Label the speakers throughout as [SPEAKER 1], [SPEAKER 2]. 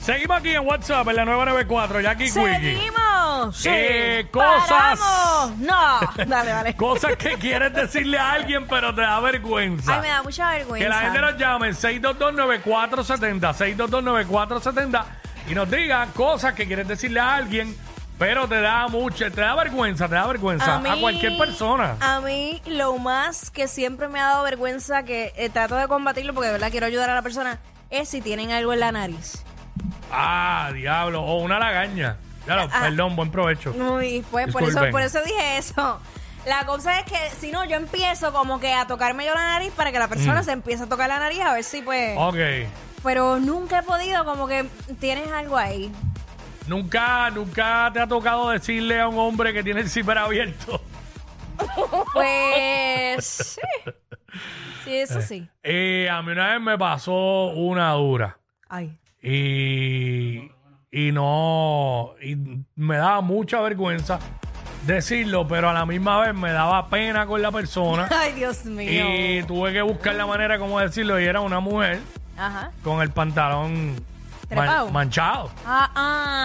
[SPEAKER 1] Seguimos aquí en WhatsApp en la 994, Jackie Quickie.
[SPEAKER 2] Seguimos. Sí.
[SPEAKER 1] Eh, cosas.
[SPEAKER 2] Paramos. No. Dale, dale.
[SPEAKER 1] Cosas que quieres decirle a alguien, pero te da vergüenza.
[SPEAKER 2] Ay, me da mucha vergüenza.
[SPEAKER 1] que la gente nos llame en 6229470, 6229470 y nos diga cosas que quieres decirle a alguien, pero te da mucha, te da vergüenza, te da vergüenza a,
[SPEAKER 2] mí-
[SPEAKER 1] cualquier persona.
[SPEAKER 2] A mí, lo más que siempre me ha dado vergüenza, que eh, trato de combatirlo porque de verdad quiero ayudar a la persona, es si tienen algo en la nariz.
[SPEAKER 1] Ah, diablo, o una lagaña. Claro,
[SPEAKER 2] Ah.
[SPEAKER 1] perdón, buen provecho.
[SPEAKER 2] Uy, pues por eso,
[SPEAKER 1] Disculpen.
[SPEAKER 2] por eso dije eso. La cosa es que si no, yo empiezo como que a tocarme yo la nariz para que la
[SPEAKER 1] Mm.
[SPEAKER 2] persona se empiece a tocar la nariz a ver si pues...
[SPEAKER 1] Ok.
[SPEAKER 2] Pero nunca he podido como que tienes algo ahí.
[SPEAKER 1] Nunca, nunca te ha tocado decirle a un hombre que tiene el ciber abierto.
[SPEAKER 2] Pues... sí. Sí, eso sí.
[SPEAKER 1] Eh, a mí una vez me pasó una dura.
[SPEAKER 2] Ay.
[SPEAKER 1] y, y no y me daba mucha vergüenza decirlo, pero a la misma vez me daba pena con la persona
[SPEAKER 2] Ay, Dios mío.
[SPEAKER 1] y tuve que buscar la manera como decirlo y era una mujer
[SPEAKER 2] Ajá.
[SPEAKER 1] con el pantalón man-
[SPEAKER 2] Trepado.
[SPEAKER 1] manchado.
[SPEAKER 2] Ah,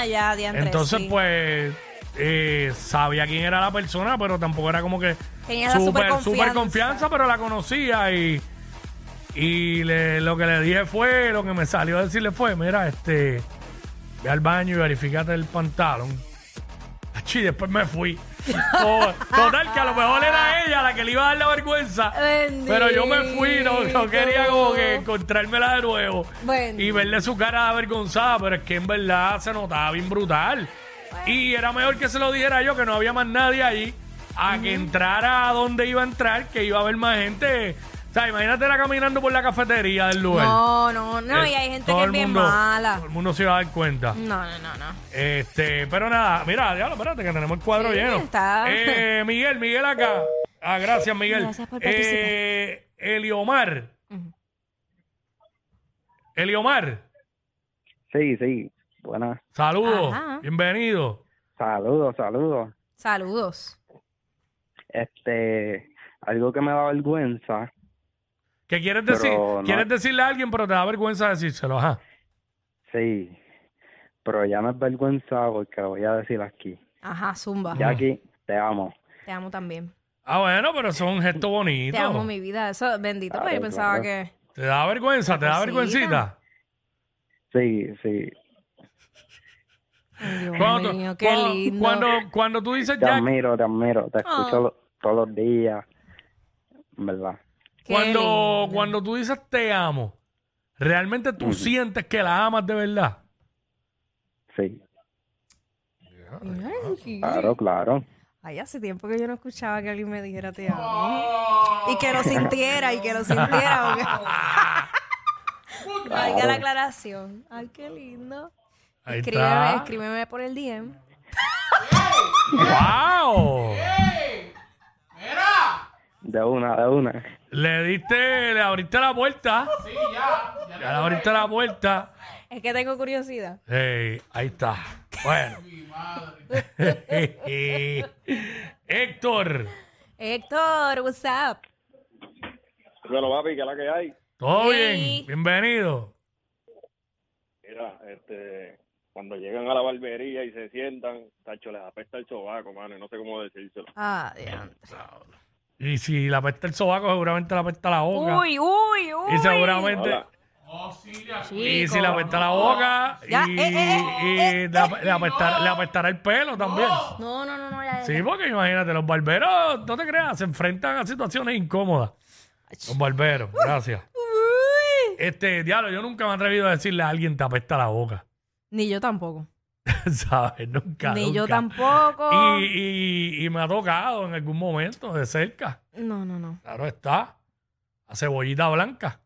[SPEAKER 2] ah, ya, diantre,
[SPEAKER 1] Entonces
[SPEAKER 2] sí.
[SPEAKER 1] pues eh, sabía quién era la persona, pero tampoco era como que
[SPEAKER 2] Tenía la superconfianza.
[SPEAKER 1] super confianza, pero la conocía y y le- lo que le dije fue, lo que me salió a decirle fue, mira, este, ve al baño y verificate el pantalón. Ach, Y después me fui. To- Total, que a lo mejor era ella la que le iba a dar la vergüenza.
[SPEAKER 2] Bendito.
[SPEAKER 1] Pero yo me fui, no, no quería como que encontrármela de nuevo.
[SPEAKER 2] Bendito.
[SPEAKER 1] Y verle su cara avergonzada, pero es que en verdad se notaba bien brutal. Y era mejor que se lo dijera yo, que no había más nadie allí, a que entrara a donde iba a entrar, que iba a haber más gente. O sea, imagínate la caminando por la cafetería del lugar.
[SPEAKER 2] No, no, no,
[SPEAKER 1] Eh,
[SPEAKER 2] y hay gente
[SPEAKER 1] todo
[SPEAKER 2] que es
[SPEAKER 1] el
[SPEAKER 2] bien
[SPEAKER 1] mundo-
[SPEAKER 2] mala.
[SPEAKER 1] Todo el mundo se iba a dar cuenta.
[SPEAKER 2] No, no, no, no.
[SPEAKER 1] Este, pero nada, mira, diablo, espérate que tenemos el cuadro
[SPEAKER 2] Sí,
[SPEAKER 1] lleno.
[SPEAKER 2] está.
[SPEAKER 1] Eh, Miguel, Miguel acá. Ah, gracias, Miguel.
[SPEAKER 2] Gracias por participar.
[SPEAKER 1] eh, Eliomar. Eliomar,
[SPEAKER 3] Sí, sí. Buenas.
[SPEAKER 1] saludos.
[SPEAKER 2] Ajá.
[SPEAKER 1] Bienvenido.
[SPEAKER 3] Saludos, saludos.
[SPEAKER 2] Saludos.
[SPEAKER 3] Este, algo que me da vergüenza.
[SPEAKER 1] ¿Qué quieres
[SPEAKER 3] Pero
[SPEAKER 1] decir?
[SPEAKER 3] no-
[SPEAKER 1] ¿Quieres decirle a alguien, pero te da vergüenza decírselo? Ajá.
[SPEAKER 3] Sí. Pero ya no es vergüenza porque lo voy a decir aquí.
[SPEAKER 2] Ajá, Zumba.
[SPEAKER 3] Jackie, te amo.
[SPEAKER 2] Te amo también.
[SPEAKER 1] Ah, bueno, pero eso es un gesto
[SPEAKER 2] Te
[SPEAKER 1] bonito.
[SPEAKER 2] amo mi vida. Eso, bendito,
[SPEAKER 3] Claro,
[SPEAKER 2] pero yo pensaba
[SPEAKER 3] claro.
[SPEAKER 2] que.
[SPEAKER 1] Te da vergüenza, te da
[SPEAKER 2] Cosita.
[SPEAKER 1] vergüencita.
[SPEAKER 3] Sí, sí.
[SPEAKER 2] Ay, Dios
[SPEAKER 1] Cuando,
[SPEAKER 2] mío, qué
[SPEAKER 1] cuando-
[SPEAKER 2] lindo.
[SPEAKER 1] cuando- cuando tú dices
[SPEAKER 3] Te
[SPEAKER 1] ya
[SPEAKER 3] admiro, te admiro. Te
[SPEAKER 2] Ah.
[SPEAKER 3] escucho lo- todos los días. En verdad.
[SPEAKER 2] Qué
[SPEAKER 1] Cuando,
[SPEAKER 2] lindo.
[SPEAKER 1] cuando tú dices te amo, ¿realmente tú sientes que la amas de verdad?
[SPEAKER 3] Sí.
[SPEAKER 2] Ay,
[SPEAKER 3] Claro, claro.
[SPEAKER 2] Ay, hace tiempo que yo no escuchaba que alguien me dijera te amo. Y que lo sintiera, y que lo sintiera. porque- Valga la aclaración. Ay, qué lindo.
[SPEAKER 1] Ahí
[SPEAKER 2] Escríbeme,
[SPEAKER 1] está.
[SPEAKER 2] escríbeme por el DM.
[SPEAKER 1] ¡Wow!
[SPEAKER 3] De una, de una.
[SPEAKER 1] Le diste, le abriste la puerta. Sí, ya. Ya le abriste la puerta.
[SPEAKER 2] Es que tengo curiosidad.
[SPEAKER 1] Ey, ahí está. Bueno. Héctor,
[SPEAKER 2] Héctor, what's up?
[SPEAKER 4] Dímelo, papi, que es la que hay.
[SPEAKER 1] ¿todo
[SPEAKER 2] Hey.
[SPEAKER 1] bien? Bienvenido.
[SPEAKER 4] Mira, este, cuando llegan a la barbería y se sientan, tacho, les apesta el sobaco, mano, y no sé cómo decírselo.
[SPEAKER 2] Ah, diantre.
[SPEAKER 1] Y si la pesta el sobaco, seguramente la pesta la boca.
[SPEAKER 2] uy, uy, uy.
[SPEAKER 1] y seguramente...
[SPEAKER 4] Hola.
[SPEAKER 1] Y si
[SPEAKER 2] Chico.
[SPEAKER 1] le apestará la boca
[SPEAKER 2] Ya,
[SPEAKER 1] y,
[SPEAKER 2] eh, eh,
[SPEAKER 1] y
[SPEAKER 2] eh,
[SPEAKER 1] le, ap- le apestará, le apestará el pelo también.
[SPEAKER 2] No, no, no, no. ya, ya,
[SPEAKER 1] Sí, porque imagínate, los barberos, no te creas, se enfrentan a situaciones incómodas. Los barberos, gracias.
[SPEAKER 2] Uy.
[SPEAKER 1] Este, diablo, yo nunca me he atrevido a decirle a alguien te apesta la boca.
[SPEAKER 2] Ni yo tampoco.
[SPEAKER 1] ¿Sabes? Nunca.
[SPEAKER 2] Ni yo
[SPEAKER 1] nunca.
[SPEAKER 2] tampoco.
[SPEAKER 1] Y, y- y me ha tocado en algún momento de cerca.
[SPEAKER 2] No, no, no.
[SPEAKER 1] Claro está. A cebollita blanca.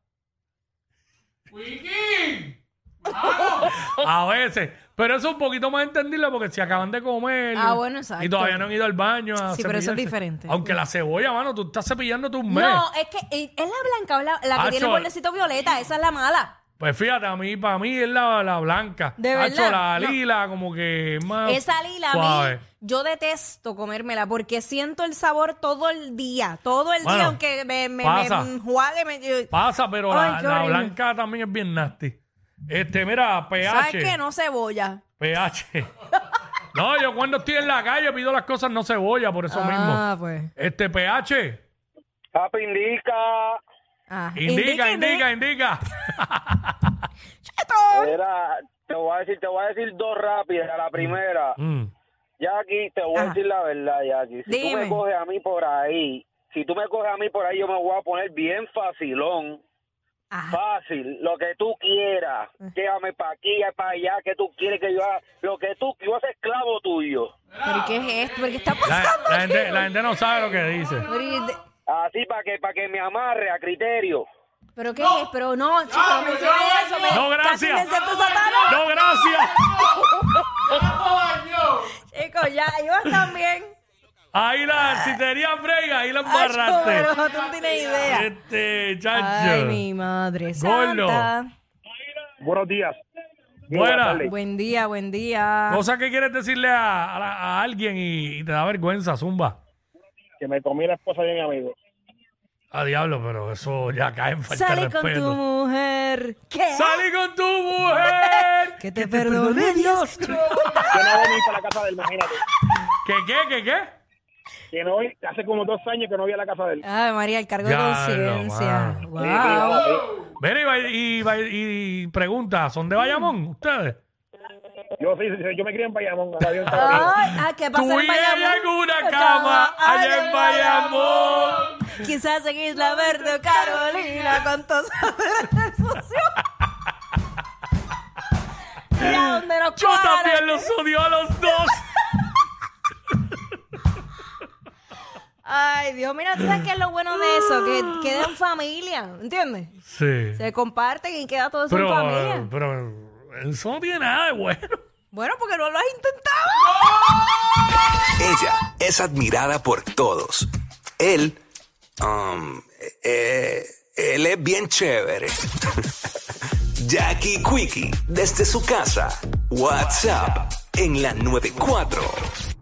[SPEAKER 1] A veces. Pero eso es un poquito más entendible porque si acaban de comer.
[SPEAKER 2] Ah, bueno, exacto.
[SPEAKER 1] Y todavía no han ido al baño. a
[SPEAKER 2] Sí, pero eso es
[SPEAKER 1] cepillarse.
[SPEAKER 2] diferente.
[SPEAKER 1] Aunque la cebolla, mano, tú estás cepillando tu mes. Ah,
[SPEAKER 2] No, es que eh, es la blanca, o la, la que
[SPEAKER 1] Acho,
[SPEAKER 2] tiene el bordecito violeta, esa es la mala.
[SPEAKER 1] Pues fíjate, a mí, para mí es la, la blanca.
[SPEAKER 2] ¿De
[SPEAKER 1] Hacho,
[SPEAKER 2] verdad?
[SPEAKER 1] la
[SPEAKER 2] No.
[SPEAKER 1] lila, como que es más.
[SPEAKER 2] Esa lila a
[SPEAKER 1] Ah, suave.
[SPEAKER 2] mí, yo detesto comérmela porque siento el sabor todo el día, todo el
[SPEAKER 1] Bueno,
[SPEAKER 2] día, aunque me, me, me
[SPEAKER 1] pasa.
[SPEAKER 2] enjuague, me- yo-
[SPEAKER 1] Pasa, pero
[SPEAKER 2] Ay,
[SPEAKER 1] la,
[SPEAKER 2] qué
[SPEAKER 1] la
[SPEAKER 2] horrible.
[SPEAKER 1] blanca también es bien nasty. Este, mira, pH.
[SPEAKER 2] ¿sabes qué? No cebolla.
[SPEAKER 1] PH. No, yo cuando estoy en la calle pido las cosas no cebolla, por eso mismo.
[SPEAKER 2] pues.
[SPEAKER 1] Este PH,
[SPEAKER 3] Papi, indica.
[SPEAKER 2] Ah,
[SPEAKER 1] indica,
[SPEAKER 2] indíqueme.
[SPEAKER 1] indica, indica.
[SPEAKER 3] Era, te voy a decir, te voy a decir dos rápidas. La primera,
[SPEAKER 1] Mm.
[SPEAKER 3] Jackie, te voy
[SPEAKER 2] Ajá.
[SPEAKER 3] a decir la verdad, Jackie. Si tú
[SPEAKER 2] Dime.
[SPEAKER 3] me coges a mí por ahí, si tú me coges a mí por ahí, yo me voy a poner bien facilón.
[SPEAKER 2] Ah, Mm.
[SPEAKER 3] Fácil, lo que tú quieras. Déjame para aquí, para allá, que tú quieres que yo haga. Lo que tú, yo soy esclavo tuyo.
[SPEAKER 2] ¿Pero qué es esto? ¿Por qué está
[SPEAKER 1] La,
[SPEAKER 2] pasando
[SPEAKER 1] la
[SPEAKER 2] aquí?
[SPEAKER 1] gente, la gente no sabe lo que dice.
[SPEAKER 2] Pero, ¿y de-
[SPEAKER 3] Así para que, para que me amarre a criterio.
[SPEAKER 2] ¿Pero qué es? Pero no, chicos, no menciones eso. me-
[SPEAKER 1] Ah, No,
[SPEAKER 2] casi
[SPEAKER 1] gracias.
[SPEAKER 2] me siento satánica.
[SPEAKER 1] No, gracias.
[SPEAKER 2] Chicos, ya, ellos también.
[SPEAKER 1] Ahí la, si tenías brega, ahí la
[SPEAKER 2] Acho, pero
[SPEAKER 1] embarraste.
[SPEAKER 2] no, tú no tienes idea.
[SPEAKER 1] Este,
[SPEAKER 2] Ay,
[SPEAKER 1] chacho.
[SPEAKER 2] mi madre
[SPEAKER 1] Gordo.
[SPEAKER 2] santa.
[SPEAKER 3] Buenos días.
[SPEAKER 1] Buena.
[SPEAKER 2] Buen día, buen día.
[SPEAKER 1] Cosa que quieres decirle a, a la- a alguien y, y te da vergüenza, zumba.
[SPEAKER 3] Que me comí la esposa de mi amigo.
[SPEAKER 1] A diablo, pero eso ya cae en falta de
[SPEAKER 2] Sale con tu
[SPEAKER 1] respeto.
[SPEAKER 2] mujer. ¿Qué?
[SPEAKER 1] Salí con tu mujer.
[SPEAKER 2] Que te perdone Dios.
[SPEAKER 3] Que no voy a la casa de él, imagínate.
[SPEAKER 1] ¿Qué, qué, qué, qué?
[SPEAKER 3] Que no voy- hace como dos años que no voy a la casa de él.
[SPEAKER 2] Ay, María, el cargo de
[SPEAKER 1] Ya,
[SPEAKER 2] conciencia.
[SPEAKER 1] no,
[SPEAKER 2] Wow.
[SPEAKER 1] Mira, y, va- y, va- y pregunta, ¿son de Bayamón ustedes?
[SPEAKER 3] Yo sí, sí, yo me crié en Bayamón.
[SPEAKER 2] Ay, ah, ¿qué pasa en
[SPEAKER 1] Tuvieron en
[SPEAKER 2] Bayamón?
[SPEAKER 1] una cama
[SPEAKER 2] Ay,
[SPEAKER 1] allá en Bayamón.
[SPEAKER 2] Quizás en Isla Verde o Carolina con todos sucio. Y a donde nos
[SPEAKER 1] Yo
[SPEAKER 2] cuadra.
[SPEAKER 1] también los odio a los dos.
[SPEAKER 2] Ay, Dios, mira, tú sabes qué es lo bueno de eso, que queda en familia, ¿entiendes?
[SPEAKER 1] Sí.
[SPEAKER 2] Se comparten y queda todo eso en
[SPEAKER 1] Pero,
[SPEAKER 2] familia.
[SPEAKER 1] pero eso no tiene nada de bueno.
[SPEAKER 2] Bueno, porque no lo has intentado.
[SPEAKER 5] Ella es admirada por todos. Él, um, eh, él es bien chévere. Jackie Quickie, desde su casa. WhatsApp en la 94.